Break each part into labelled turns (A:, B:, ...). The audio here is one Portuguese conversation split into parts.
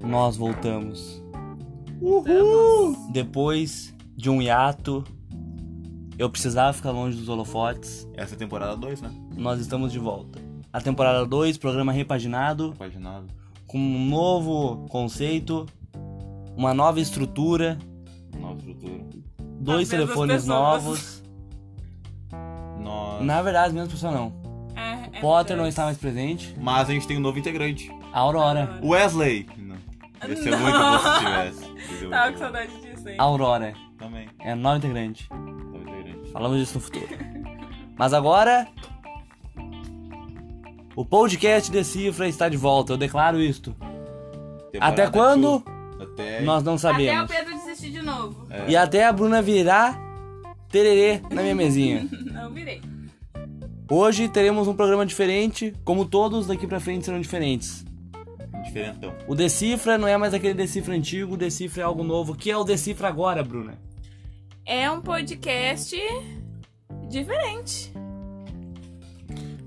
A: nós voltamos.
B: Uhul!
A: Depois de um hiato, eu precisava ficar longe dos holofotes.
B: Essa é a temporada 2, né?
A: Nós estamos de volta. A temporada 2, programa repaginado,
B: Paginado.
A: com um novo conceito, uma nova estrutura,
B: Nova estrutura.
A: dois
C: mesmas
A: telefones
C: pessoas.
A: novos.
B: Nós...
A: Na verdade, mesmo pessoa não.
C: É, é
A: Potter não
C: verdade.
A: está mais presente.
B: Mas a gente tem um novo integrante.
A: A Aurora.
B: Wesley! Não. Ia ser
C: Não.
B: muito bom se tivesse. Ia ser
C: Tava com
B: muito bom.
C: saudade disso, hein?
A: A Aurora.
B: Também.
A: É nova integrante.
B: Novo integrante.
A: Falamos disso no futuro. Mas agora. O podcast Decifra está de volta, eu declaro isto.
B: Temporada
A: Até quando?
B: two. Até...
A: Nós não
C: Até o
A: sabemos.
C: Pedro desistir de novo.
A: E até a Bruna virar tererê na minha mesinha.
C: Não virei.
A: Hoje teremos um programa diferente, como todos daqui pra frente serão diferentes.
B: Diferentão.
A: O Decifra não é mais aquele Decifra antigo, o Decifra é algo novo. O que é o Decifra agora, Bruna?
C: É um podcast diferente.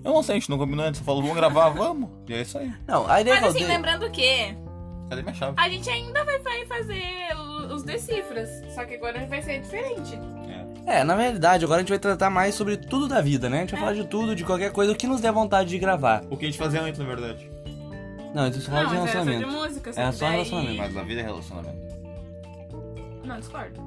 B: Eu não sei, a gente não combinou antes. Só falou, vamos gravar, vamos. E é isso aí.
A: Não, a ideia
C: Mas
A: que eu
C: assim,
A: dei-
C: lembrando que
B: Cadê minha chave?
C: a gente ainda vai- vai fazer os decifras. Só que agora vai ser diferente.
B: É.
A: É, na verdade, agora a gente vai tratar mais sobre tudo da vida, né? A gente
C: É.
A: vai falar de tudo, de qualquer coisa, o que nos der vontade de gravar.
B: O que a gente fazia antes, na verdade.
A: Não, isso fala de
C: não, mas era só de
A: É relacionamento.
C: música. Só
A: Era
C: que
A: só
C: daí...
A: relacionamento.
B: Mas a vida é relacionamento.
C: Não, discordo.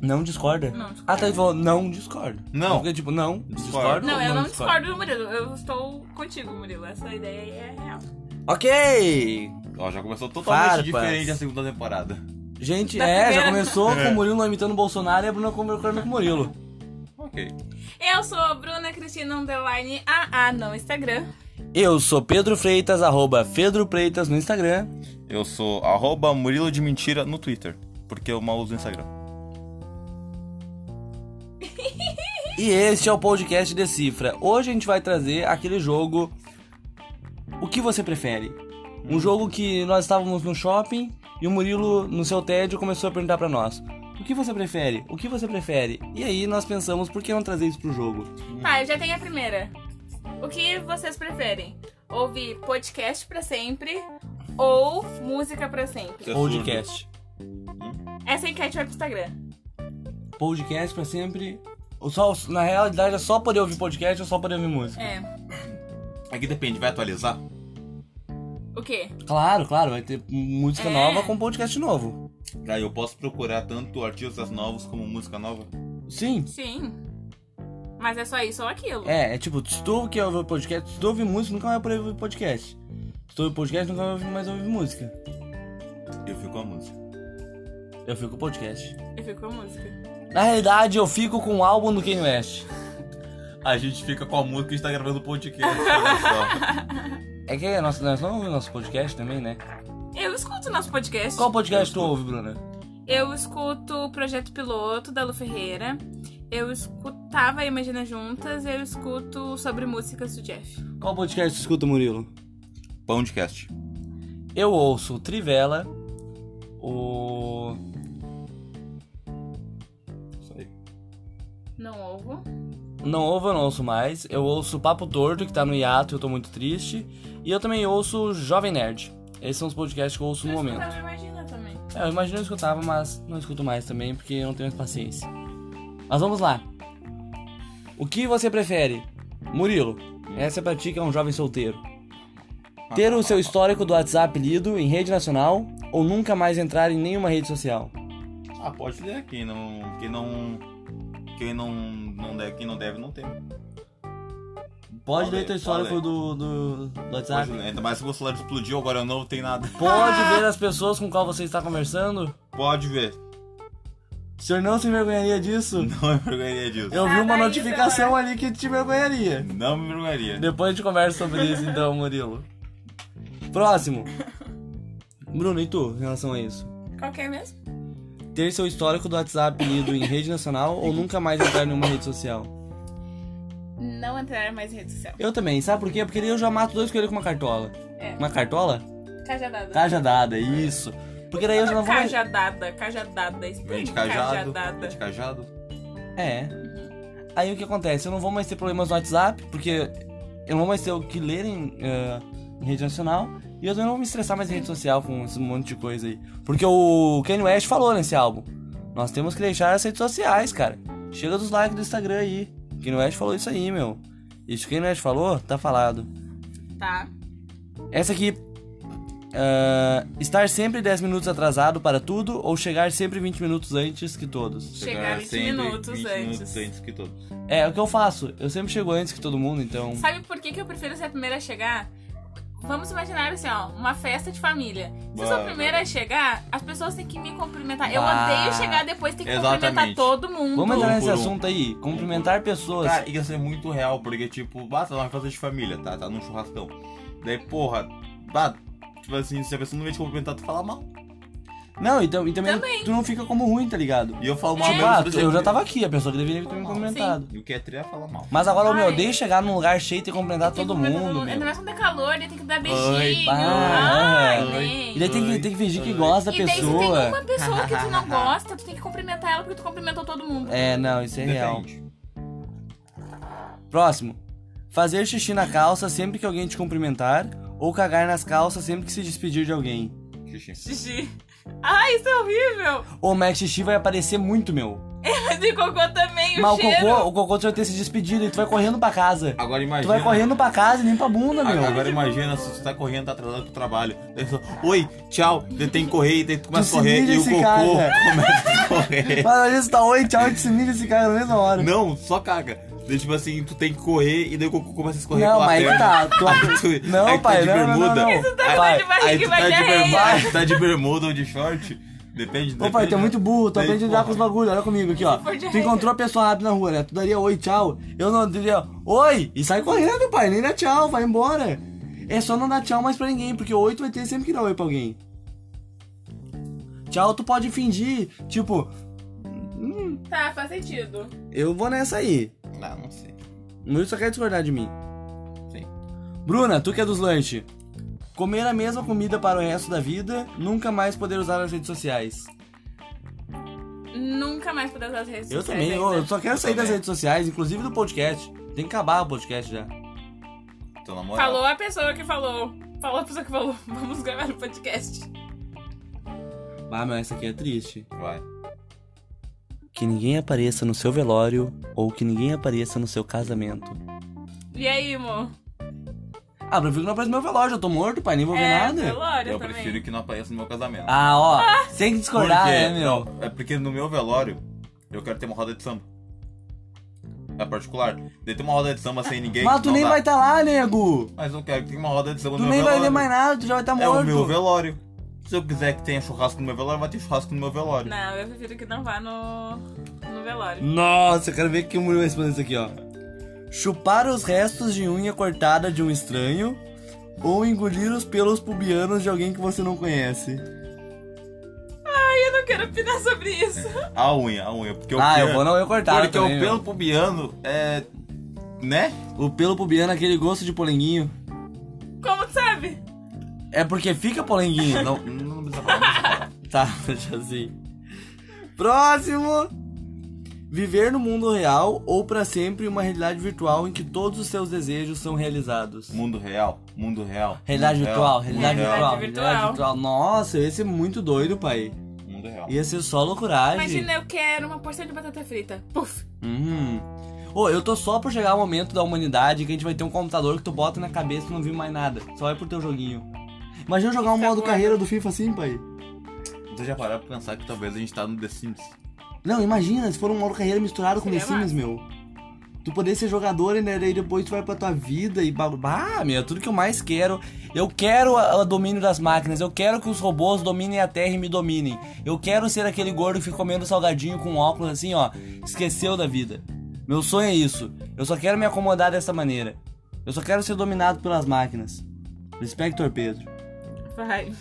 A: Não discorda?
C: Não discordo.
A: Ah, tá, ele falou, não discordo.
B: Não.
A: Porque, tipo, não,
B: Discordo.
A: discordo.
C: Não, eu não discordo do Murilo. Eu estou contigo, Murilo. Essa ideia é real.
A: Ok!
B: Ó, já começou totalmente
A: Farpas.
B: diferente a segunda temporada.
A: Gente,
C: Da
A: é, já
C: primeira-
A: começou com o Murilo imitando o Bolsonaro e a Bruna concordando com o Murilo.
B: Ok.
C: Eu sou a Bruna Cristina Underline AA no Instagram.
A: Eu sou Pedro Freitas, arroba Pedro Freitas no Instagram.
B: Eu sou arroba Murilo de Mentira no Twitter. Porque eu mal uso o Instagram.
A: E este é o podcast Decifra. Hoje a gente vai trazer aquele jogo. O que você prefere? Um jogo que nós estávamos no shopping e o Murilo, no seu tédio, começou a perguntar pra nós: O que você prefere? O que você prefere? E aí nós pensamos: por que não trazer isso pro jogo?
C: Tá, eu já tenho a primeira. O que vocês preferem? Ouvir podcast pra sempre ou música pra sempre?
B: É
A: Podcast.
C: Essa enquete vai pro Instagram.
A: Podcast pra sempre. Ou Só, na realidade é só poder ouvir podcast ou só poder ouvir música.
C: É.
B: Aqui É depende, vai atualizar?
C: O quê?
A: Claro, claro, vai ter música
C: É.
A: nova com podcast novo.
B: Tá, eu posso procurar tanto artistas novos como música nova?
A: Sim.
C: Sim. Mas é só isso ou aquilo.
A: É, é tipo, se tu quer ouvir podcast, se tu ouvir música, nunca vai poder ouvir podcast. Se tu ouvir podcast, nunca vai ouvir mais ouvir música.
B: Eu fico com a música.
A: Eu fico com podcast.
C: Eu fico com a música.
A: Na realidade, eu fico com o álbum do Kanye West.
B: A gente fica com a música e está gravando o podcast. olha
A: É que nós, nós não ouvimos nosso podcast também, né?
C: Eu escuto nosso podcast.
A: Qual podcast tu ouve, Bruna?
C: Eu escuto o Projeto Piloto da Lu Ferreira. Eu escutava a Imagina Juntas. Eu escuto sobre músicas do Jeff.
A: Qual podcast tu escuta, Murilo?
B: só. Podcast.
A: Eu ouço o Trivela, o...
B: Isso aí.
C: Não ouvo.
A: Não ouvo, eu não ouço mais. Eu ouço o Papo Torto, que tá no hiato, eu tô muito triste. E eu também ouço o Jovem Nerd. Esses são os podcasts que eu ouço no
C: eu
A: momento.
C: escutava Imagina também.
A: É, eu imagino eu escutava, mas não escuto mais também porque eu não tenho mais paciência. Mas vamos lá. O que você prefere? Murilo, essa é pra ti que é um jovem solteiro. Ter o seu histórico do WhatsApp lido em rede nacional ou nunca mais entrar em nenhuma rede social?
B: Ah, pode ler quem não. Quem não. Quem não. não deve, quem não deve, não tem.
A: Pode
B: Fala
A: ler
B: aí,
A: teu
B: fala
A: histórico
B: aí.
A: do, do, do
B: Pode
A: WhatsApp.
B: ler. Ainda mais se o celular explodiu, agora eu não tem nada.
A: Pode
B: Ah!
A: ver as pessoas com qual você está conversando?
B: Pode ver.
A: O senhor não se envergonharia disso?
B: Não me vergonharia disso.
A: Eu vi uma
C: Nada aí,
A: notificação ali que te envergonharia.
B: Não me vergonharia.
A: Depois a gente conversa sobre isso então, Murilo. Próximo. Bruno, e tu, em relação a isso?
C: Qual que é mesmo?
A: Ter seu histórico do WhatsApp lido em rede nacional ou nunca mais entrar em nenhuma rede social?
C: Não entrar mais em rede social.
A: Eu também, sabe por quê? Porque eu já mato dois coelhos com uma cartola.
C: É.
A: Uma cartola?
C: Cajadada.
A: Tá Cajadada, isso. Porque daí eu já não
C: Tá,
A: vou mais...
C: Cajadada, cajadada,
B: Vende
C: explica
B: cajado.
C: cajadada.
B: Vende cajado.
A: É. Aí o que acontece? Eu não vou mais ter problemas no WhatsApp, porque eu não vou mais ter o que ler em, eh, em rede nacional. E eu também não vou me estressar mais em rede social com esse monte de coisa aí. Porque o Kanye West falou nesse álbum. Nós temos que deixar as redes sociais, cara. Chega dos likes do Instagram aí. O Kanye West falou isso aí, meu. Isso que o Kanye West falou, tá falado.
C: Tá.
A: Essa aqui. ah, estar sempre 10 minutos atrasado para tudo ou chegar sempre 20 minutos antes que todos?
C: Chegar 20
B: sempre
C: minutos
B: 20
C: antes.
B: minutos antes que todos.
A: É, é o que eu faço. Eu sempre chego antes que todo mundo, então.
C: Sabe por que, que eu prefiro ser a primeira a chegar? Vamos imaginar assim, ó, uma festa de família. Se eu sou a
B: Bah,
C: primeira a chegar, as pessoas têm que me cumprimentar. Eu
A: Bah.
C: odeio chegar depois, tem que cumprimentar
B: Exatamente.
C: todo mundo.
A: Vamos entrar
B: Um
A: nesse
B: por um.
A: assunto aí. Cumprimentar pessoas.
B: Cara, ia ser muito real, porque tipo, bah, tá numa festa de família, tá? Tá num churrascão. Daí, porra, bah, tipo assim, se a pessoa não vem te cumprimentar, tu fala mal.
A: Não, então, e também,
C: Também.
A: tu não fica como ruim, tá ligado?
B: E eu falo mal
A: Tipo,
B: mesmo.
A: ah,
B: por
A: eu
B: exemplo.
A: já tava aqui, a pessoa que deveria ter me cumprimentado.
B: E o que é tri é falar mal.
A: Mas agora, meu,
C: Ai.
A: odeio chegar num lugar cheio e ter que cumprimentar
C: Tem que
A: todo
C: cumprimentar
A: mundo,
C: Ainda
A: meu.
C: mais quando é calor, daí tem que dar
B: Ai,
C: beijinho.
A: pá,
C: Ai,
A: é.
C: nem.
A: E daí tem que, tem que fingir que
B: Ai.
A: gosta da
C: E daí se tem
A: pessoa.
C: uma pessoa que tu não gosta, tu tem que cumprimentar ela porque tu cumprimentou todo mundo.
A: É, não, isso é real.
B: Depende.
A: Próximo. Fazer xixi na calça sempre que alguém te cumprimentar ou cagar nas calças sempre que se despedir de alguém.
B: Xixi.
C: Xixi. Ai, isso é horrível.
A: Ô, mas xixi vai aparecer muito, meu.
C: Mas de cocô também, o
A: mas o
C: cheiro.
A: cocô, o cocô tu vai ter se despedido e tu vai correndo pra casa.
B: Agora
A: Tu
B: imagina.
A: vai correndo pra casa e limpa a bunda, meu.
B: Agora imagina se tu tá correndo, tá atrasado pro trabalho. Daí tu fala, Oi, tchau. Daí tem que correr, daí tu começa
A: se
B: a correr
A: liga
B: e o
A: esse
B: cocô
A: cara.
B: começa a correr.
A: Mas isso tá oi, tchau, e te milha esse cara na mesma hora.
B: Não, só caga. Daí tipo assim, tu tem que correr e daí o cocô começa a escorrer
A: Não,
B: pela
A: mas aí que
B: perna.
A: tá. Tu...
B: Tu-
A: Não,
B: aí tu
A: pai,
B: tá de
A: não, não,
B: bermuda.
A: não, não. Isso
C: tá
B: Aí-
C: de barriga
B: aí
C: que
B: tu
C: vai
B: tá
C: de
B: de
C: areia.
B: bermuda, tá de bermuda ou de short. Depende,
A: Ô pai,
B: depende.
A: tu é muito burro, tu
B: Daí,
A: aprende a lidar com os
B: porra,
A: bagulhos, olha comigo aqui, ó.
C: Se for de
A: Tu encontrou a pessoa rápida na rua, né? Tu daria oi, tchau. Eu não diria oi e sai correndo, pai, nem dá tchau, vai embora. É só não dar tchau mais pra ninguém, porque oi tu vai ter sempre que dar oi pra alguém. Tchau, tu pode fingir, tipo,
C: Tá, faz sentido.
A: eu vou nessa aí.
B: Não, Ah, não sei.
A: O Murilo só quer discordar é de mim.
B: Sim.
A: Bruna, tu que é dos lanches. Comer a mesma comida para o resto da vida, nunca mais poder usar as redes sociais.
C: Nunca mais poder usar as redes
A: Eu
C: sociais
A: também, eu,
C: ainda.
A: eu só quero sair das
B: também.
A: redes sociais, inclusive do podcast. Tem que acabar o podcast já.
B: Tô na moral.
C: Falou a pessoa que falou. Falou a pessoa que falou. Vamos gravar um podcast.
A: Ah, mas essa aqui é triste.
B: Vai.
A: Que ninguém apareça no seu velório ou que ninguém apareça no seu casamento.
C: E aí, amor?
A: Ah, prefiro que não apareça no meu velório, eu tô morto, pai, nem vou ver
C: é,
A: nada.
C: velório
B: Eu
C: também.
B: prefiro que não apareça no meu casamento.
A: Ah, ó, sem discordar,
B: Por quê?
A: né, meu?
B: É porque no meu velório eu quero ter uma roda de samba. É particular. Daí tem uma roda de samba sem ninguém.
A: Mas tu
B: não
A: nem
B: dá.
A: vai estar tá lá, nego.
B: Mas eu quero que tenha uma roda de samba
A: Tu
B: no
A: nem
B: meu
A: vai
B: velório.
A: ver mais nada, tu já vai estar
B: É
A: morto.
B: o meu velório. Se eu quiser que tenha churrasco no meu velório, vai ter churrasco no meu velório.
C: Não, eu prefiro que não vá no, no velório.
A: Nossa, eu quero ver que o Murilo vai responder isso aqui, ó. Chupar os restos de unha cortada de um estranho ou engolir os pelos pubianos de alguém que você não conhece.
C: Ai, eu não quero opinar sobre isso.
B: A unha, a unha. Porque É o
A: ah, eu
B: pelo-
A: vou não, eu cortado
B: Porque é
A: também,
B: o
A: meu.
B: pelo pubiano é. Né?
A: O pelo pubiano é aquele gosto de polenguinho.
C: Como tu sabe?
A: É porque fica polenguinho.
B: Não, não precisa falar. não precisa falar.
A: tá, já sei. Próximo! Viver no mundo real ou pra sempre uma realidade virtual em que todos os seus desejos são realizados.
B: Mundo real, mundo real.
A: Realidade
B: mundo
A: virtual,
B: real,
A: realidade
B: mundo
A: virtual,
C: Realidade
A: realidade virtual. Nossa, eu ia ser muito doido, pai.
B: Mundo real.
A: Ia ser só loucuragem.
C: Imagina, eu quero uma porção de batata frita. Puf.
A: Uhum. Ô, eu tô só por chegar o momento da humanidade que a gente vai ter um computador que tu bota na cabeça e não viu mais nada. Só vai pro teu joguinho. Imagina eu jogar um
C: Fica
A: modo
C: gordo.
A: carreira do FIFA assim, pai.
B: Tu já parou pra pensar que talvez a gente tá no The Sims?
A: Não, imagina se for um modo carreira misturado com The
C: Seria
A: Sims,
C: massa.
A: meu. Tu poder ser jogador e né, daí depois tu vai pra tua vida e bagulho. Ah, meu, é tudo que eu mais quero. Eu quero a- o domínio das máquinas. Eu quero que os robôs dominem a terra e me dominem. Eu quero ser aquele gordo que fica comendo salgadinho com óculos assim, ó. Esqueceu da vida. Meu sonho é isso. Eu só quero me acomodar dessa maneira. Eu só quero ser dominado pelas máquinas. Inspector Pedro.
C: Vai.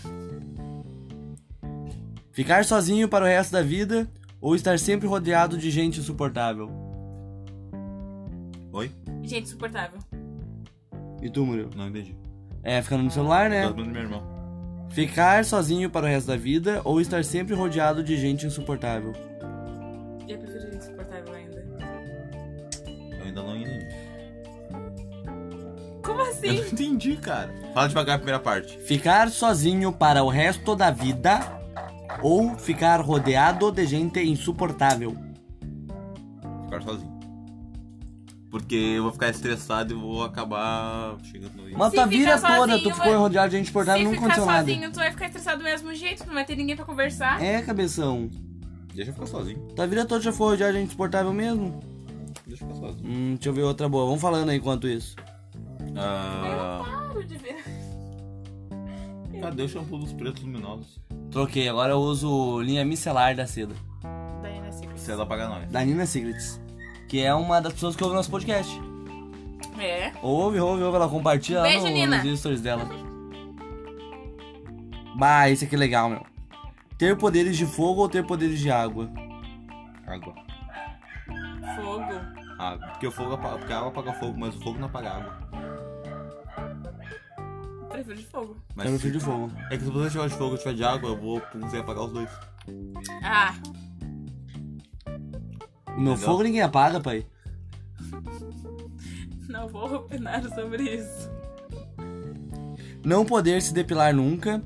A: Ficar sozinho para o resto da vida ou estar sempre rodeado de gente insuportável.
B: Oi?
C: Gente, insuportável.
A: E tu, Murilo?
B: Não entendi.
A: É, ficando no celular,
B: É.
A: né?
B: do meu irmão.
C: Ah.
A: Ficar sozinho para o resto da vida ou estar sempre rodeado de gente insuportável.
C: Eu prefiro gente insuportável ainda.
B: Eu ainda não entendi.
C: Como Como
B: Eu
C: assim?
B: não entendi, cara. Fala devagar a primeira parte.
A: Ficar sozinho para o resto da vida ou ficar rodeado de gente insuportável.
B: Ficar sozinho. Porque eu vou ficar estressado e vou acabar chegando no
A: Mas
C: Se
A: tua vida
C: ficar
A: toda tu
C: sozinho,
A: ficou
C: vai-
A: rodeado de gente insuportável,
C: Se
A: não
C: ficar
A: aconteceu
C: sozinho, tu vai ficar estressado do mesmo jeito, não vai ter ninguém pra conversar.
A: nada. É, cabeção.
B: Deixa eu ficar sozinho.
A: Tua vida toda já foi rodeado de gente insuportável mesmo?
B: Deixa eu ficar sozinho.
A: Hum, deixa eu ver outra boa. Vamos falando aí enquanto isso.
B: Ah,
C: Claro, de ver.
B: cadê o shampoo dos pretos luminosos?
A: Troquei, agora eu uso linha micelar da seda.
C: Daí né, Secrets.
B: Se ela pagar nós.
A: Da Nina Secrets. Que é uma das pessoas que ouve nosso podcast.
C: É.
A: Ouve, ouve, ouve. Ela compartilha
C: Beijo,
A: lá no,
C: Nina.
A: nos stories dela. Bah, esse aqui é legal, meu. Ter poderes de fogo ou ter poderes de água?
B: Água.
C: Fogo.
B: Água. Porque o fogo apa- porque a água apaga fogo, mas o fogo não apaga a água.
C: Prefiro de fogo.
B: Mas
A: eu
B: se-
A: prefiro de fogo.
B: É que se você tiver de fogo e tiver de água, eu vou conseguir apagar os dois.
C: Ah,
A: O meu
B: Legal.
A: fogo ninguém apaga, pai.
C: não vou opinar sobre isso.
A: Não poder se depilar nunca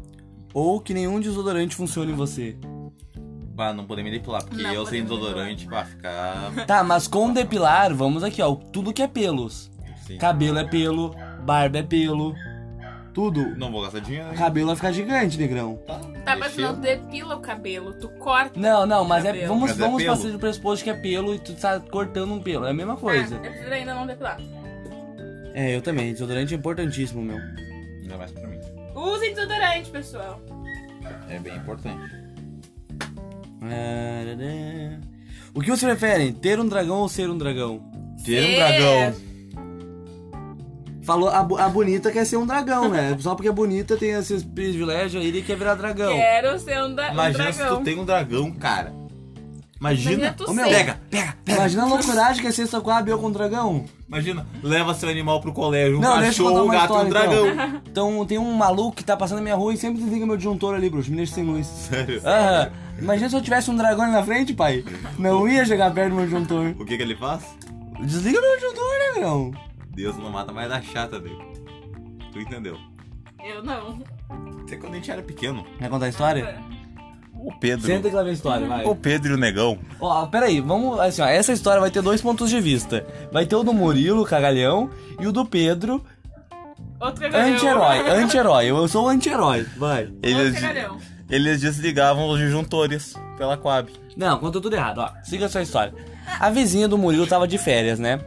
A: ou que nenhum desodorante funcione em você.
B: Pra não poder me depilar, porque
C: Não
B: eu sem
C: podemos
B: desodorante, pra ficar.
A: Tá, mas com depilar, vamos aqui, ó. Tudo que é pelos.
B: Sim.
A: Cabelo é pelo, barba é pelo, tudo.
B: Não vou gastar dinheiro.
A: O
B: hein?
A: cabelo vai ficar gigante, negrão.
B: Tá,
C: Tá, mas tu
B: deixei.
C: não depila o cabelo, tu corta.
A: Não, não, mas é,
C: Cabelo.
A: vamos,
B: Mas é
A: vamos
B: pelo?
A: partir do pressuposto que é pelo e tu tá cortando um pelo. É a mesma coisa.
C: Ah, eu prefiro ainda não depilar.
A: É, eu também. Desodorante é importantíssimo, meu.
B: Ainda mais pra mim.
C: Usem desodorante, pessoal.
B: É bem importante.
A: Arará. É, O que vocês preferem? Ter um dragão ou ser um dragão?
B: Ter um
C: Ser.
B: dragão.
A: Falou, a, bu- a bonita quer ser um dragão, né? Só porque a bonita tem esses privilégios aí, ele quer virar dragão.
B: É.
C: Quero ser um, da- um
B: Imagina se
C: dragão.
B: tu tem um dragão, cara. Imagina.
C: Imagina tu
A: Ô, meu,
C: ser.
B: Pega, pega, pega.
A: Imagina a loucuragem que é ser socoab eu com um dragão.
B: Imagina, leva seu animal pro colégio. Um
A: Não, deixa eu contar
B: cachorro, um
A: uma
B: gato e um
A: história,
B: dragão.
A: Então tem um maluco que tá passando na minha rua e sempre desliga meu disjuntor ali, bruxo. Me deixa sem luz.
B: Sério.
A: Aham. Imagina se eu tivesse um dragão ali na frente, pai. Não ia chegar perto do meu disjuntor.
B: O que que ele faz?
A: Desliga meu disjuntor, né, meu?
B: Deus não mata mais a chata dele. Tu entendeu?
C: Eu não.
B: Isso é quando a gente era pequeno.
A: Quer contar a história?
B: O Pedro.
A: Senta que lá vem a história, vai.
B: O Pedro e o Negão.
A: Ó, peraí, vamos. Assim, ó, essa história vai ter dois pontos de vista. Vai ter o do Murilo, cagalhão, e o do Pedro,
C: Outro cagalhão.
A: anti-herói. Anti-herói, eu sou o anti-herói, vai.
C: Outro
B: Eles,
C: cagalhão.
B: eles desligavam os disjuntores pela Coab.
A: Não, contou tudo errado, ó. Siga a sua história. A vizinha do Murilo tava de férias, né?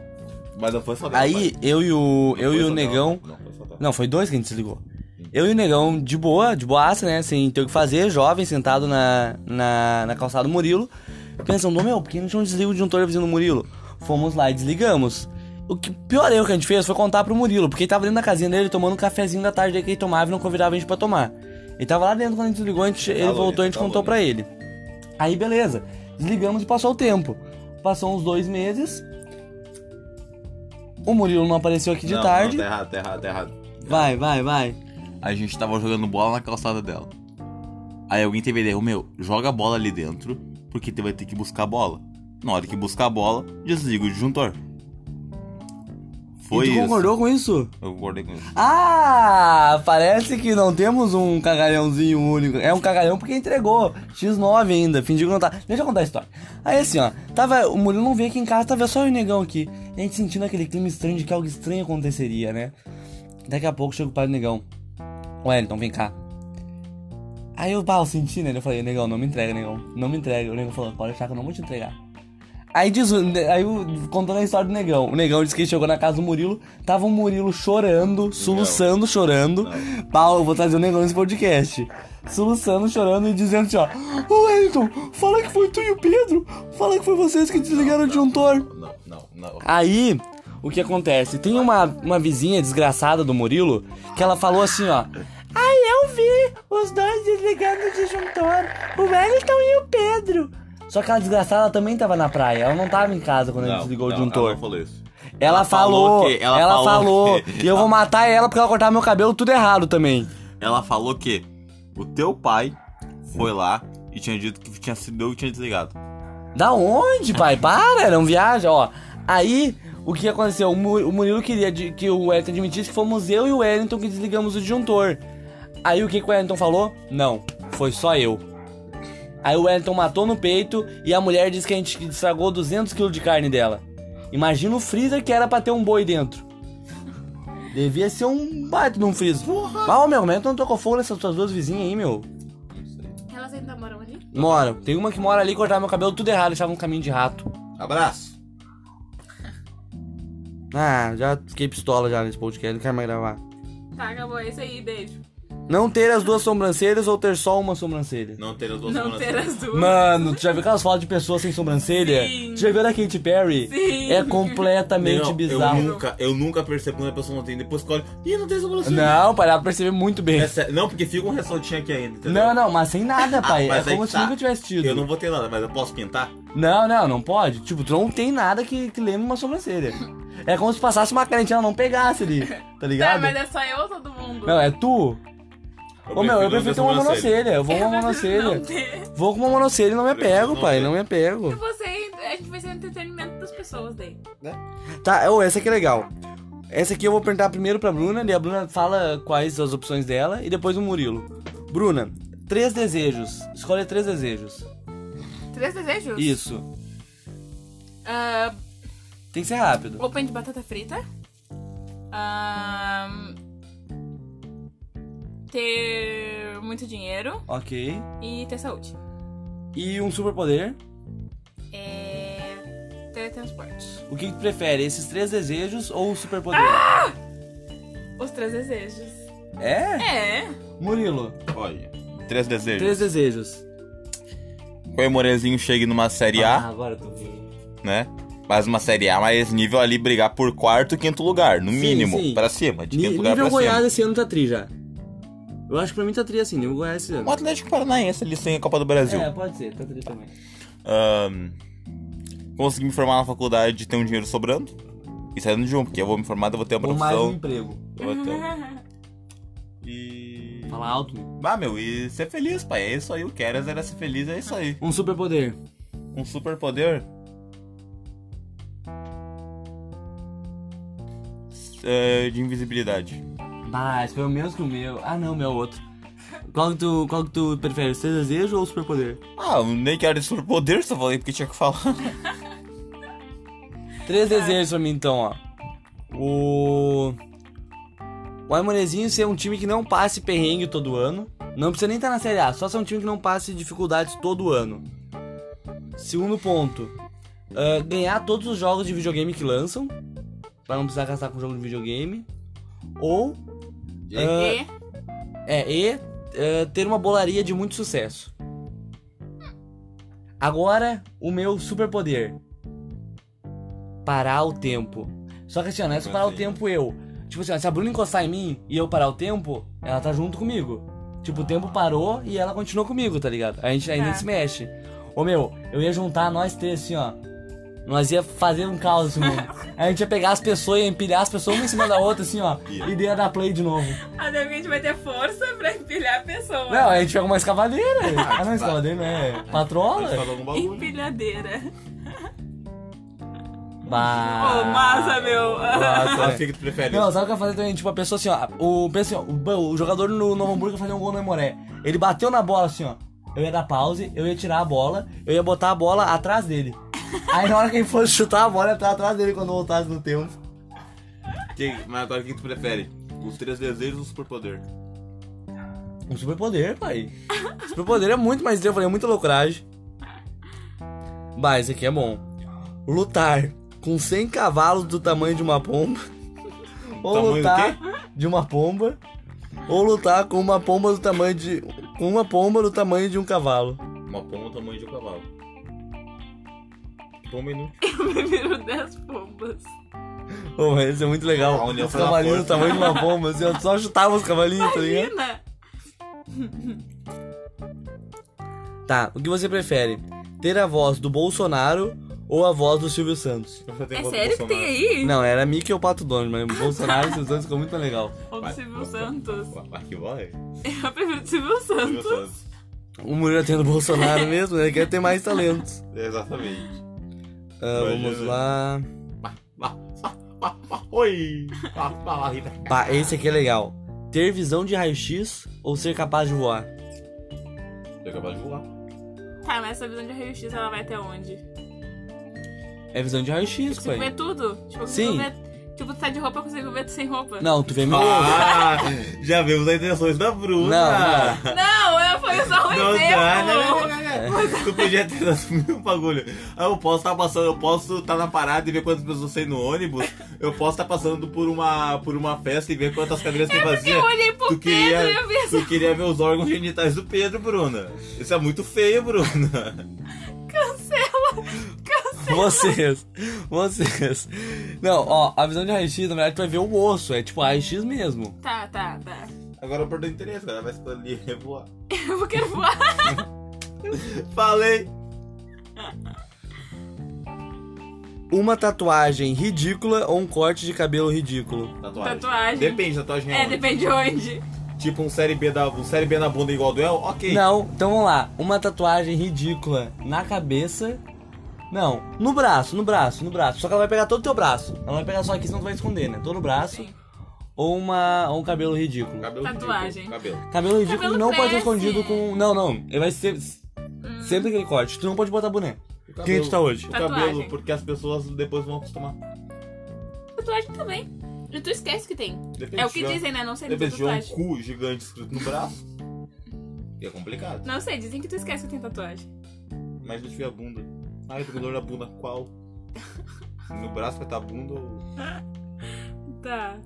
B: Mas não foi só dela,
A: Aí eu e o,
B: pai.
A: eu
B: Não
A: e
B: foi só
A: o
B: dela.
A: Negão.
B: Não, foi só dela.
A: Não, foi dois que a gente desligou. Eu e o Negão, de boa, de boaça, né? Sem ter o que fazer, jovem, sentado na, na, na calçada do Murilo. Pensando, meu, por que a gente não desliga o disjuntor da vizinha do Murilo? Fomos lá e desligamos. O que pior erro que a gente fez foi contar pro Murilo, porque ele tava dentro da casinha dele tomando um cafezinho da tarde que ele tomava e não convidava a gente pra tomar. Ele tava lá dentro quando a gente desligou, a gente- ele
B: louco,
A: voltou e a gente
B: tá
A: contou
B: louco.
A: pra ele. Aí beleza, desligamos e passou o tempo. Passou uns dois meses. O Murilo não apareceu aqui de
B: Não,
A: tarde.
B: Não, tá errado, tá errado, tá errado.
A: Vai, vai, vai.
B: A gente tava jogando bola na calçada dela. Aí alguém teve a ideia, meu, joga a bola ali dentro, porque tu vai ter que buscar a bola. Na hora que buscar a bola, desliga o disjuntor. Foi
A: e tu
B: isso.
A: concordou com isso?
B: Eu concordei com isso.
A: Ah, parece que não temos um cagalhãozinho único. É um cagalhão porque entregou. X9 ainda, fingiu que não tá. Deixa eu contar a história. Aí assim, ó, tava. O Murilo não veio aqui em casa, tava só eu e o negão aqui. E a gente sentindo aquele clima estranho de que algo estranho aconteceria, né? Daqui a pouco chega o pai do negão. Ué, então vem cá. Aí eu, pá, eu senti, né? Eu falei, negão, não me entrega, negão. Não me entrega. O negão falou, pode achar que eu não vou te entregar. Aí diz, o- aí o- contando a história do negão. O negão disse que ele chegou na casa do Murilo, tava o Murilo chorando, soluçando, chorando. Pau, eu vou trazer o negão nesse podcast. Soluçando, chorando e dizendo assim, ó. Ô, Wellington, fala que foi tu e o Pedro. Fala que foi vocês que desligaram um o disjuntor.
B: Não, não, não.
A: Aí, o que acontece? Tem uma, uma vizinha desgraçada do Murilo que ela falou assim, ó. Ai, eu vi os dois desligando o disjuntor, o Wellington e o Pedro. Só que aquela desgraçada ela também tava na praia, ela não tava em casa quando ele desligou o
B: Ela
A: disjuntor.
B: não falou isso.
A: Ela, falou,
B: falou que-
A: ela,
B: ela
A: falou,
B: falou
A: e eu vou matar ela porque ela cortava meu cabelo tudo errado também.
B: Ela falou que o teu pai foi lá e tinha dito que tinha sido eu que tinha desligado.
A: Da onde, pai? Para, não viaja, ó. Aí, O que aconteceu? O Mu- o Murilo queria de- que o Wellington admitisse que fomos eu e o Wellington que desligamos o disjuntor. Aí o que, que o Wellington falou? Não, foi só eu. Aí o Wellington matou no peito e a mulher disse que a gente estragou 200 kg de carne dela. Imagina o freezer que era pra ter um boi dentro. Devia ser um baita de um freezer. Ah, ô, meu, como é que tu não tocou fogo nessas tuas duas vizinhas aí, meu?
C: Elas ainda moram ali?
A: Mora. Tem uma que mora ali, cortava meu cabelo tudo errado, deixava um caminho de rato.
B: Abraço.
A: Ah, já fiquei pistola já nesse podcast, não quero mais gravar.
C: Tá, acabou. É isso aí, beijo.
A: Não ter as duas sobrancelhas ou ter só uma sobrancelha?
B: Não ter as duas
C: Não ter as duas. Tá,
A: Mano, tu já viu aquelas fotos de pessoas sem sobrancelha?
C: Sim.
A: Tu já viu da Katy Perry?
C: Sim.
A: É completamente
B: Não,
A: bizarro.
B: Eu nunca, eu nunca percebo quando a pessoa não tem. Depois escolhe. Ih, não tem sobrancelha.
A: Não, pai, dá pra perceber muito bem.
B: É sério, não, porque fica um ressaltinho aqui ainda. Entendeu?
A: Não, não, mas sem nada, pai. é
B: mas aí
A: como se
B: tá.
A: nunca tivesse tido.
B: Eu não vou ter nada, mas eu posso pintar?
A: Não, não, não pode. Tipo, tu não tem nada que, que lembre uma sobrancelha. É como se passasse uma crente e ela não pegasse ali. Tá
C: Tá,
A: ligado?
C: mas é só eu ou todo mundo?
A: Não, é tu. Ô meu, eu prefiro ter uma monocelha. Eu vou com
C: Eu
A: uma
C: prefiro
A: monocelha.
C: não ter.
A: Vou com uma monocelha e não me
B: Prefiro
A: apego,
B: não
A: pai.
B: ter.
A: Não me apego.
C: Você, a gente vai ser o entretenimento das pessoas daí.
A: Tá, ô, essa aqui é legal. Essa aqui eu vou perguntar primeiro pra Bruna, e a Bruna fala quais as opções dela, e depois o Murilo. Bruna, três desejos. Escolhe três desejos.
C: Três desejos?
A: Isso.
C: Ah,
A: Tem que ser rápido.
C: open de batata frita. Ahn, ter muito dinheiro
A: Ok.
C: e ter saúde.
A: E um superpoder.
C: É. Teletransporte.
A: O que que tu prefere, esses três desejos ou o superpoder?
C: Os três desejos.
A: É?
C: É.
A: Murilo,
B: Olha, três desejos.
A: três desejos.
B: Que o Morezinho chegue numa Série
A: Ah,
B: A,
A: agora tu viu.
B: né? Mas uma Série A mais nível ali brigar por quarto e quinto lugar, no
A: Sim,
B: mínimo.
A: sim.
B: Pra cima, de
A: Ni-
B: quinto lugar pra
A: Nível Goiás
B: cima.
A: esse ano tá tri já. Eu acho que pra mim tá tri assim, nível Goiás esse ano.
B: O Atlético Paranaense ali sem a Copa do Brasil.
A: É, pode ser, tá tri também.
B: Ahn, consegui me formar na faculdade de ter um dinheiro sobrando. E saindo de um, porque eu vou me formar, eu vou ter uma
A: Ou mais um
B: profissão.
A: emprego.
B: eu vou ter um- E.
A: Fala alto. meu.
B: Ah, meu, e ser feliz, pai. É isso aí. O Keras era ser feliz, é isso aí.
A: Um superpoder.
B: Um superpoder? É, de invisibilidade.
A: Ah, esse foi o mesmo que o meu. Ah, não, o meu é outro. Qual que tu, qual que tu prefere, os três desejos ou o superpoder?
B: Ah, eu nem quero esse superpoder, só falei porque tinha que falar.
A: Três desejos pra mim, então, ó. O. O Aimonezinho ser um time que não passe perrengue todo ano. Não precisa nem estar na Série A, só ser um time que não passe dificuldades todo ano. Segundo ponto. ah, ganhar todos os jogos de videogame que lançam. Pra não precisar gastar com jogo de videogame. Ou. ah,
C: E
A: É, e eh, ter uma bolaria de muito sucesso. Agora, o meu superpoder. Parar o tempo. Só que assim, ó, não é só parar o tempo eu. Tipo assim, ó, se a Bruna encostar em mim e eu parar o tempo, ela tá junto comigo. Tipo, o tempo parou e ela continuou comigo, tá ligado? A gente ainda
C: Tá.
A: se mexe. Ô meu, eu ia juntar nós três assim, ó. Nós ia fazer um caos, mano. A gente ia pegar as pessoas, ia empilhar as pessoas uma em cima da outra, assim, ó.
B: Ia.
A: E daí ia dar play de novo.
C: até porque a gente Ah, vai ter força pra empilhar a pessoa.
A: Não, a gente pega uma escavadeira. Ah, não,
B: tá.
A: escavadeira não é. Patrola?
B: algum
C: Empilhadeira.
A: Bah. Ah,
C: Ô, massa, meu.
B: Sabe Ah, então o
A: Nossa,
B: que tu prefere?
A: Não, sabe o que eu fazer também? Tipo, a pessoa assim, ó. O, pensa assim, ó, o, ba- o jogador no Novo Hamburgo fazer um gol no Emoré. Ele bateu na bola assim, ó. Eu ia dar pause, eu ia tirar a bola, eu ia botar a bola atrás dele. Aí na hora que ele fosse chutar a bola, ia estar atrás dele quando voltasse no tempo.
B: Que- mas agora o que tu prefere? Os três desejos ou o superpoder?
A: Um superpoder, pai. Superpoder é muito mais eu falei, é muita loucuragem. Bah, esse aqui é bom. Lutar com 100 cavalos do tamanho de uma pomba. Ou
B: Tamanho do
A: lutar de uma pomba. Ou lutar com uma pomba do tamanho de. Com uma pomba do tamanho de um cavalo.
B: Uma pomba do tamanho de um cavalo. um Pomba inútil.
C: Eu prefiro 10 Ah, pombas.
A: Ô, mas isso é muito legal.
B: Ah, olha,
A: os
B: foi na
A: cavalinhos do
B: força.
A: tamanho de uma pomba, assim, eu só chutava os cavalinhos, tá ligado?
C: Imagina!
A: Tá, o que você prefere? Ter a voz do Bolsonaro ou a voz do Silvio Santos?
C: É sério que tem aí?
A: Não, era Mickey ou Pato Donald, mas o Bolsonaro e seus anos ficou muito mais legal.
C: Ou do
B: Vai.
C: Silvio Santos.
B: Vai que vai.
C: Eu prefiro do Silvio Santos.
B: Silvio Santos.
A: O Murilo tendo Bolsonaro mesmo, né? Quer ter mais talentos.
B: Exatamente.
A: Ah, vamos
B: Imagina.
A: lá.
B: Ah, Oi! Fala, fala, Rita.
A: Pá, esse aqui é legal. Ter visão de raio-x ou ser capaz de voar?
D: Eu acabei de voar.
C: Tá, mas essa visão de raio-x ela vai até onde?
A: É visão de raio-x,
C: Consigo
A: pai.
C: ver tudo? Tipo, eu consigo
A: Sim.
C: ver. Tipo, tu tá de roupa, eu consigo ver tu sem roupa.
A: Não, tu vê meu olho.
B: Ah, já vimos as intenções da Bruna.
A: Não,
C: Não, eu foi só um
B: Não dá, né? não, não,
C: exemplo.
B: não, não. Tu podia ter lançado um bagulho. Ah, Eu posso estar passando, eu posso estar na parada e ver quantas pessoas tem no ônibus. Eu posso estar passando por uma, por uma festa e ver quantas cadeiras tem
C: É Porque
B: vazia.
C: eu olhei pro Pedro
B: Tu
C: e
B: queria,
C: eu vi
B: tu queria ver os órgãos genitais do Pedro, Bruna. Isso é muito feio, Bruna.
A: vocês. Vocês. Não, ó, a visão de raio-x, na verdade, tu vai ver o osso. É tipo raio-x mesmo.
C: Tá, tá, tá.
B: Agora eu perdi o interesse, cara. Vai escolher revoar.
C: Eu quero voar.
B: Falei!
A: Uma tatuagem ridícula ou um corte de cabelo ridículo?
B: Tatuagem.
C: Tatuagem.
B: Depende, tatuagem
C: É,
B: é,
C: depende de onde.
B: Tipo um série, B da, um série B na bunda igual do El? Ok.
A: Não, então vamos lá. Uma tatuagem ridícula na cabeça. Não, no braço, no braço, no braço. Só que ela vai pegar todo o teu braço. Ela não vai pegar só aqui, senão tu vai esconder, né? Todo o braço.
C: Sim.
A: Ou uma. Ou um cabelo ridículo.
B: Cabelo
C: Tatuagem.
B: ridículo, Cabelo.
A: Cabelo ridículo
C: Cabelo
A: não pode ser
C: cresce.
A: escondido com. Não, não. Ele vai ser. Sempre aquele corte. Tu não pode botar boné.
B: O cabelo.
A: Quem tu tá hoje?
B: O
C: Tatuagem.
B: cabelo, porque as pessoas depois vão acostumar.
C: Tatuagem também. E tu esquece que tem.
B: Depende
C: É o
B: se
C: que
B: tiver- um-
C: dizem, né? Não sei
B: Depende
C: de
B: se tiver um
C: tatuagem.
B: cu gigante escrito no braço. E é complicado.
C: Não sei, dizem que tu esquece que tem tatuagem.
B: Mas se eu tiver a bunda. Ai, tô com dor na bunda. Qual? No braço vai estar a bunda ou.
C: Tá.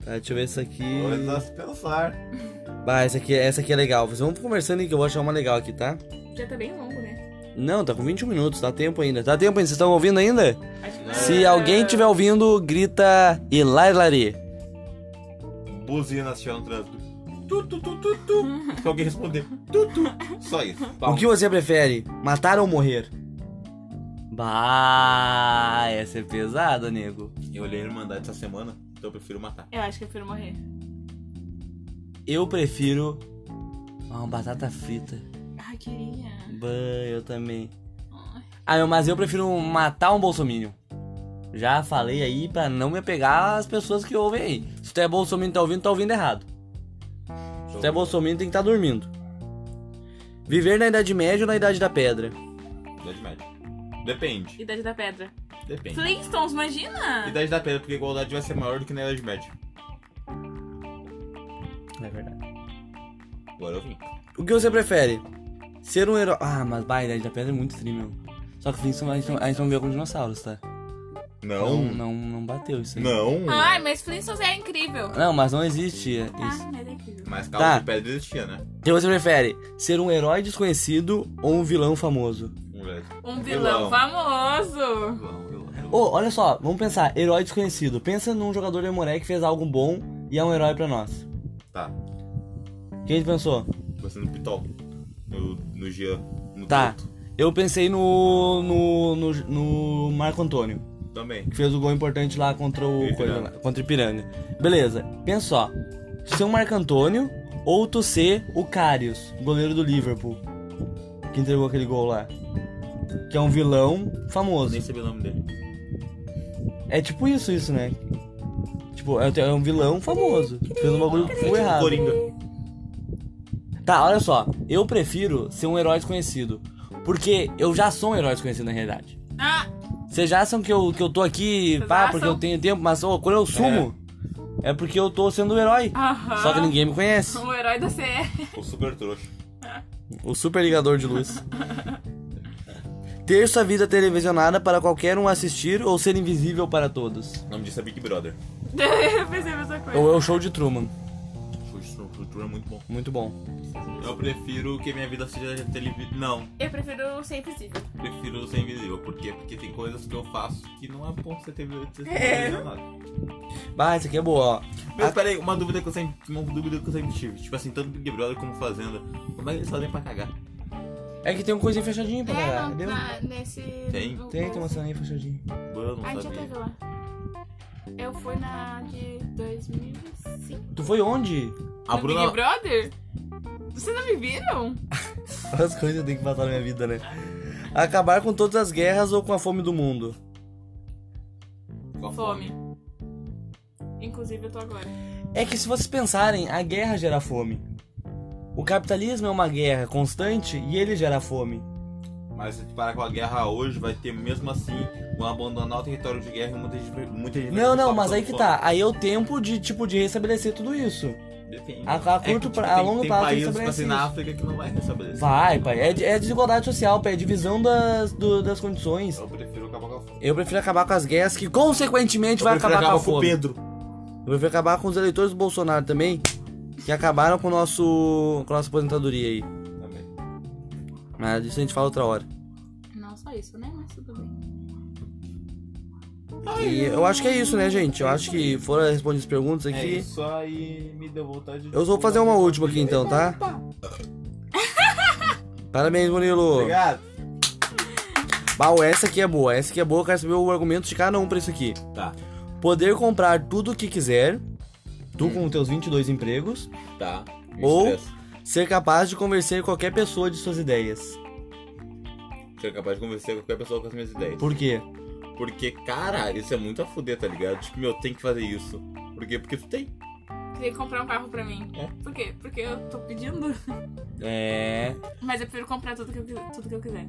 A: Tá, deixa eu ver isso aqui.
B: Agora dá se pensar.
A: Bah, essa aqui, essa aqui é legal. Vocês vão conversando aí que eu vou achar uma legal aqui, tá?
C: Já tá bem longo, né?
A: Não, tá com 21 minutos, dá tempo ainda. Dá tempo ainda, vocês estão ouvindo ainda?
C: Acho que
A: Se alguém estiver ouvindo, grita Ilarilari.
B: Buzina se tiver no trânsito. Tu, tu, tu, tu, tu. Se alguém responder. Tu, tu. Só isso.
A: O que você prefere, matar ou morrer? Bah, essa é pesada, nego.
B: Eu olhei a Irmandade essa semana, então eu prefiro matar.
C: Eu acho que eu prefiro morrer.
A: Eu prefiro ah, uma batata frita.
C: Ai, queria.
A: Bah, eu também.
C: Ai.
A: Ah, meu, mas eu prefiro matar um bolsominion. Já falei aí pra não me pegar as pessoas que ouvem aí. Se tu é bolsominion e tá ouvindo, tá ouvindo errado. Se tu é bolsominion, tem que estar tá dormindo. Viver na Idade Média ou na Idade da Pedra?
B: Idade média. Depende.
C: Idade da Pedra.
B: Depende.
C: Flintstones, imagina!
B: Idade da pedra, porque a igualdade vai ser maior do que na Idade Média.
A: É verdade.
B: Agora eu vim.
A: O que você prefere? Ser um herói... Ah, mas bah, a Idade da Pedra é muito stream, meu. Só que o Flintstone, a gente não- a gente não viu com dinossauros, tá? Não,
B: Não.
A: não, não bateu isso aí.
B: Não.
C: Ai, mas Flintstones é incrível.
A: Não, mas não existe isso.
C: Ah, mas é incrível.
B: Mas calma
A: Tá.
B: de pedra existia, né?
A: O que você prefere? Ser um herói desconhecido ou um vilão famoso?
B: Moleque.
C: Um vilão
B: Vilão.
C: famoso.
B: Vilão, vilão, vilão.
A: Ô, olha só, vamos pensar, herói desconhecido. Pensa num jogador de Amoré que fez algo bom e é um herói pra nós.
B: Tá.
A: Quem a gente pensou?
B: Você no Pitol. No, no Jean. No
A: Tá.
B: Toto.
A: Eu pensei no. no. no, no Marco Antônio,
B: Também.
A: que fez o gol importante lá contra o.
B: Ipiranga.
A: Coisa, lá, contra o Ipiranga. Beleza, pensa só. Tu ser o Marco Antônio ou tu ser o Karius, goleiro do Liverpool. Que entregou aquele gol lá. Que é um vilão famoso.
B: Nem sabia o nome dele.
A: É tipo isso, isso, né? Tipo, é é um vilão famoso. Fez um bagulho full errado.
B: Coringa.
A: Tá, olha só. Eu prefiro ser um herói desconhecido. Porque eu já sou um herói desconhecido na realidade.
C: Ah,
A: Vocês já acham que eu, que eu tô aqui,
C: Vocês
A: pá,
C: acham?
A: porque eu tenho tempo, mas ô, quando eu sumo, é. porque eu tô sendo um herói.
C: Aham.
A: Só que ninguém me conhece.
C: o herói da CE.
B: O super trouxa.
A: O super ligador de luz. Ter sua vida televisionada para qualquer um assistir ou ser invisível para todos.
B: O nome disso é Big Brother.
C: Eu pensei a mesma coisa.
A: Ou é o show de Truman.
B: O futuro é muito bom.
A: Muito bom.
B: Eu prefiro que minha vida seja televisão. Não,
C: Eu prefiro ser invisível.
B: prefiro ser invisível. Por quê? Porque tem coisas que eu faço que não é bom ser televisão.
C: É.
A: Bah, isso aqui é boa, ó.
B: Mas peraí, uma dúvida que eu sempre. Uma dúvida que eu sempre tive. Tipo assim, tanto Big Brother como Fazenda. Como é que eles fazem pra cagar?
A: É que tem uma coisinha fechadinha pra
C: É,
A: caralho.
C: não,
A: entendeu?
C: na, nesse.
B: Tem?
C: no-
A: Tem, tem uma salinha fechadinha.
B: Eu não
C: A gente já
B: sabia.
C: teve lá. Eu fui na de 2005.
A: Tu foi onde?
B: A
C: no
B: Bruna.
C: Big Brother? Vocês não me viram?
A: As coisas eu tenho que passar na minha vida, né? Acabar com todas as guerras ou com a fome do mundo.
B: Com a
C: Fome. Inclusive, eu tô agora.
A: É que se vocês pensarem, a guerra gera fome. O capitalismo é uma guerra constante e ele gera fome.
E: Mas se tu parar com a guerra hoje, vai ter mesmo assim um abandonar o território de guerra e muita gente. Muita gente vai
A: Não, não,
E: continuar
A: mas aí que
E: passando
A: tá. Aí é o tempo de, tipo, de restabelecer tudo isso.
E: fome. Depende.
A: A- a
E: É que,
A: curto
B: tipo,
A: pra-
E: tem-
A: a longo prazo
E: Tem
A: isso
E: países tipo assim,
A: abre
E: na
A: esses-
E: África que não vai restabelecer.
A: Vai, pai. É, de- é desigualdade social, pai. É divisão das, do- das condições.
E: Eu prefiro acabar com a fome.
A: Eu prefiro acabar com as guerras que, consequentemente, vai
E: Eu prefiro
A: acabar com a
E: com o
A: fome.
E: Pedro.
A: Eu prefiro acabar com os eleitores do Bolsonaro também, que acabaram com, o nosso, com a nossa aposentadoria aí.
E: Também.
A: Mas isso a gente fala outra hora.
C: Não só isso, né? Mas tudo bem.
A: E eu acho que é isso, né, gente? Eu acho que foram respondidas as perguntas
E: É
A: aqui.
E: isso aí, me deu vontade de. né?
A: Eu vou fazer uma última aqui então, tá? Parabéns, Murilo.
E: Obrigado.
A: Bau, essa aqui é boa. Essa aqui é boa, eu quero saber o argumento de cada um pra isso aqui.
E: Tá,
A: Poder comprar tudo o que quiser, tu com teus 22 empregos,
E: tá. Me
A: Ou-
E: estressa.
A: ser capaz de convencer qualquer pessoa de suas ideias.
E: Ser capaz de convencer qualquer pessoa com as minhas ideias.
A: Por quê?
E: Porque, cara, isso é muito a fuder, tá ligado? Tipo, meu, tem que fazer isso. Por quê? Porque tu tem.
C: Queria comprar um carro pra mim.
E: É?
C: Por quê? Porque eu tô pedindo.
A: É.
C: Mas eu prefiro comprar tudo que eu, quis- tudo que eu quiser.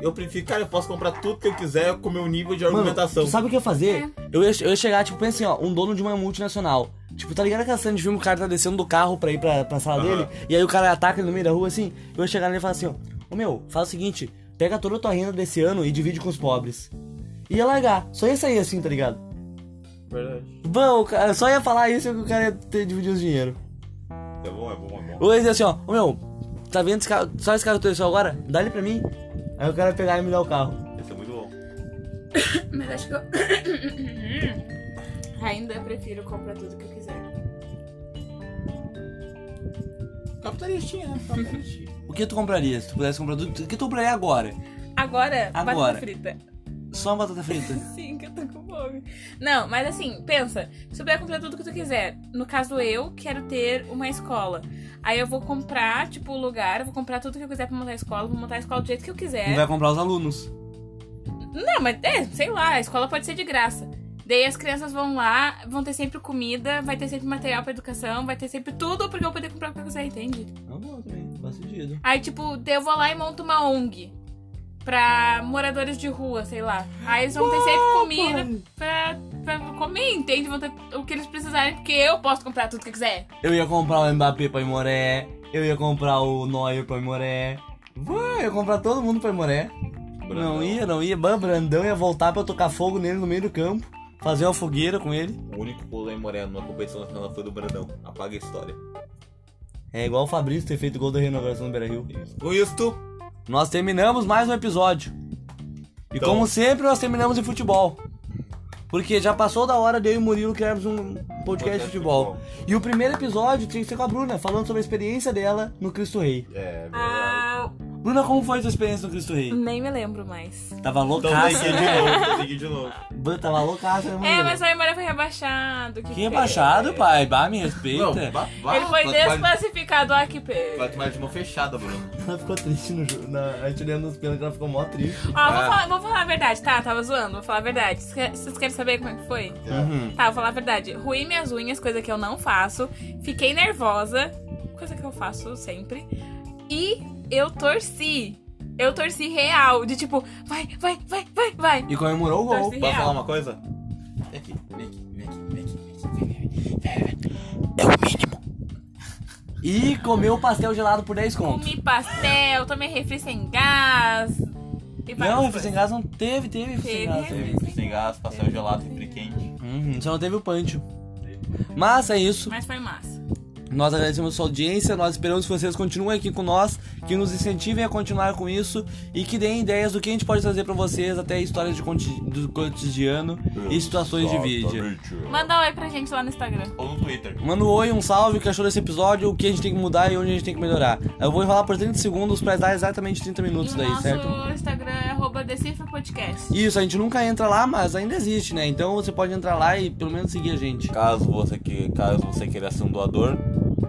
E: Eu prefiro, cara, eu posso comprar tudo que eu quiser com o meu nível de
A: Mano,
E: argumentação.
A: tu sabe o que eu ia fazer?
C: É.
A: Eu, ia, eu ia chegar, tipo, pensa assim, ó, um dono de uma multinacional. Tipo, tá ligado aquela cena de filme, o cara tá descendo do carro pra ir pra, pra sala
E: Aham.
A: dele, e aí o cara ataca ele no meio da rua, assim, eu ia chegar nele e falar assim, ó, ô meu, faz o seguinte, pega toda a tua renda desse ano e divide com os pobres. Ia largar, só ia sair assim, tá ligado?
E: Verdade.
A: Bom, o cara- só ia falar isso que o cara ia ter dividido os dinheiro.
E: É bom, é bom, é bom.
A: Ou ia dizer assim, ó, ô meu, tá vendo esse carro, só esse carro teu só agora? Dá ele pra mim. Aí o cara ia pegar e me dar o carro.
E: Esse é muito bom.
C: Mas acho que eu. Ainda prefiro comprar tudo que eu quiser.
E: Capitalistinha, né? Capitalistinha.
A: O que tu compraria se tu pudesse comprar tudo? O que tu compraria agora?
C: Agora,
A: Agora.
C: batata frita.
A: Só uma batata frita.
C: Sim, que eu tô com fome. Não, mas assim, pensa. Se eu puder comprar tudo que tu quiser. No caso, eu quero ter uma escola. Aí eu vou comprar, tipo, o lugar, eu vou comprar tudo que eu quiser pra montar a escola, vou montar a escola do jeito que eu quiser.
A: Não vai comprar os alunos.
C: Não, mas é, sei lá, a escola pode ser de graça. Daí as crianças vão lá, vão ter sempre comida, vai ter sempre material pra educação, vai ter sempre tudo, porque eu vou poder comprar o que eu quiser, entende?
A: Não, bom também, faz sentido.
C: Aí, tipo, daí eu vou lá e monto uma ONG pra moradores de rua, sei lá. Aí eles vão ter sempre comida pra, pra comer, entende? Vão ter o que eles precisarem, porque eu posso comprar tudo que eu quiser.
A: Eu ia comprar o Mbappé pra Imoré, eu ia comprar o Neuer pra Imoré. Vai, eu ia comprar todo mundo pra Imoré. Não ia, não ia. Ban Brandão ia voltar pra eu tocar fogo nele no meio do campo, fazer uma fogueira com ele.
E: O único gol em Moreno numa competição nacional foi do Brandão. Apaga a história.
A: É igual o Fabrício ter feito gol da renovação no Beira Rio.
E: Com isto,
A: Nós terminamos mais um episódio. E
E: Então-
A: como sempre, nós terminamos em futebol. Porque já passou da hora de eu e o Murilo criarmos um podcast de
E: Podcast de
A: futebol. E o primeiro episódio tinha que ser com a Bruna, falando sobre a experiência dela no Cristo Rei.
E: é verdade.
C: Ah,
A: Bruna, como foi a sua experiência no Cristo Rei?
C: nem me lembro mais.
A: Tava
E: Então
A: loucaça.
E: tem
A: né?
E: que ir de novo, tem que ir de novo.
A: Bruna, Tava loucaça, né, Murilo?
C: É, mas o Aimara foi rebaixado. Que
A: Que
C: pena.
A: rebaixado, pai. Bah, me respeita.
E: vá- vá,
C: Ele
E: vai
C: foi
E: tomar-
C: desclassificado, ah, que pena.
E: Vai tomar de mão fechada, Bruno.
A: Ela ficou triste no jogo. na- A gente olhando nos pênaltis, ela ficou mó triste.
C: Ó, vou,
E: Ah.
C: falar, vou falar a verdade, tá? Tava zoando, vou falar a verdade. Vocês quer- Vocês querem saber como é que foi?
A: Uhum.
C: Tá, vou falar a verdade. Ruí minhas unhas, coisa que eu não faço. Fiquei nervosa, coisa que eu faço sempre. E eu torci. Eu torci real, de tipo, vai, vai, vai, vai, vai.
A: E comemorou o gol.
C: Torci
E: Posso falar
C: real.
E: uma coisa?
B: Vem aqui, vem aqui, vem aqui, vem aqui, vem aqui, vem aqui.
A: É E comeu pastel gelado por 10 contos.
C: Comi pastel, tomei refri sem gás. E várias
A: Não, refri sem
C: coisas.
A: gás não teve, teve refri sem
C: Teve é
A: gás.
C: refri.
B: Sem gás, pastel gelado, refri quente.
A: Uhum, só não teve o Pancho. Mas é isso.
C: Mas foi massa.
A: Nós agradecemos a sua audiência. Nós esperamos que vocês continuem aqui com nós, que nos incentivem a continuar com isso e que deem ideias do que a gente pode trazer pra vocês, até histórias de conti- do cotidiano e situações de vídeo.
C: Manda um oi pra gente lá no Instagram.
B: Ou no Twitter.
A: Manda um oi, um salve, o que achou desse episódio, o que a gente tem que mudar e onde a gente tem que melhorar. Eu vou enrolar por 30 segundos pra dar exatamente 30
C: E
A: minutos
C: o
A: daí,
C: nosso
A: certo?
C: Instagram é arroba Decifra Podcast.
A: Isso, a gente nunca entra lá, mas ainda existe, né? Então você pode entrar lá e pelo menos seguir a gente.
E: Caso você, que, caso você queira ser um doador,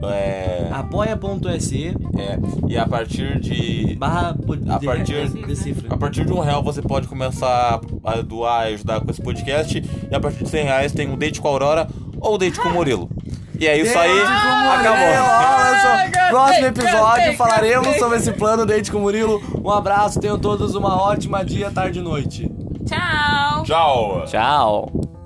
B: É,
A: apoia.se
B: é, e a partir de.
A: barra pod-
B: A partir-
A: de, cifra.
B: A partir de um real você pode começar a doar e ajudar com esse podcast. E a partir de 100 reais tem um date com a Aurora ou um date com o Murilo. E é isso aí.
A: Date com o Murilo.
B: Acabou.
A: Olha só,
C: Gostei,
A: Próximo
C: gostei,
A: episódio
C: gostei.
A: falaremos sobre esse plano Date com o Murilo. Um abraço, tenham todos uma ótima dia, tarde e noite.
C: Tchau!
B: Tchau.
A: Tchau.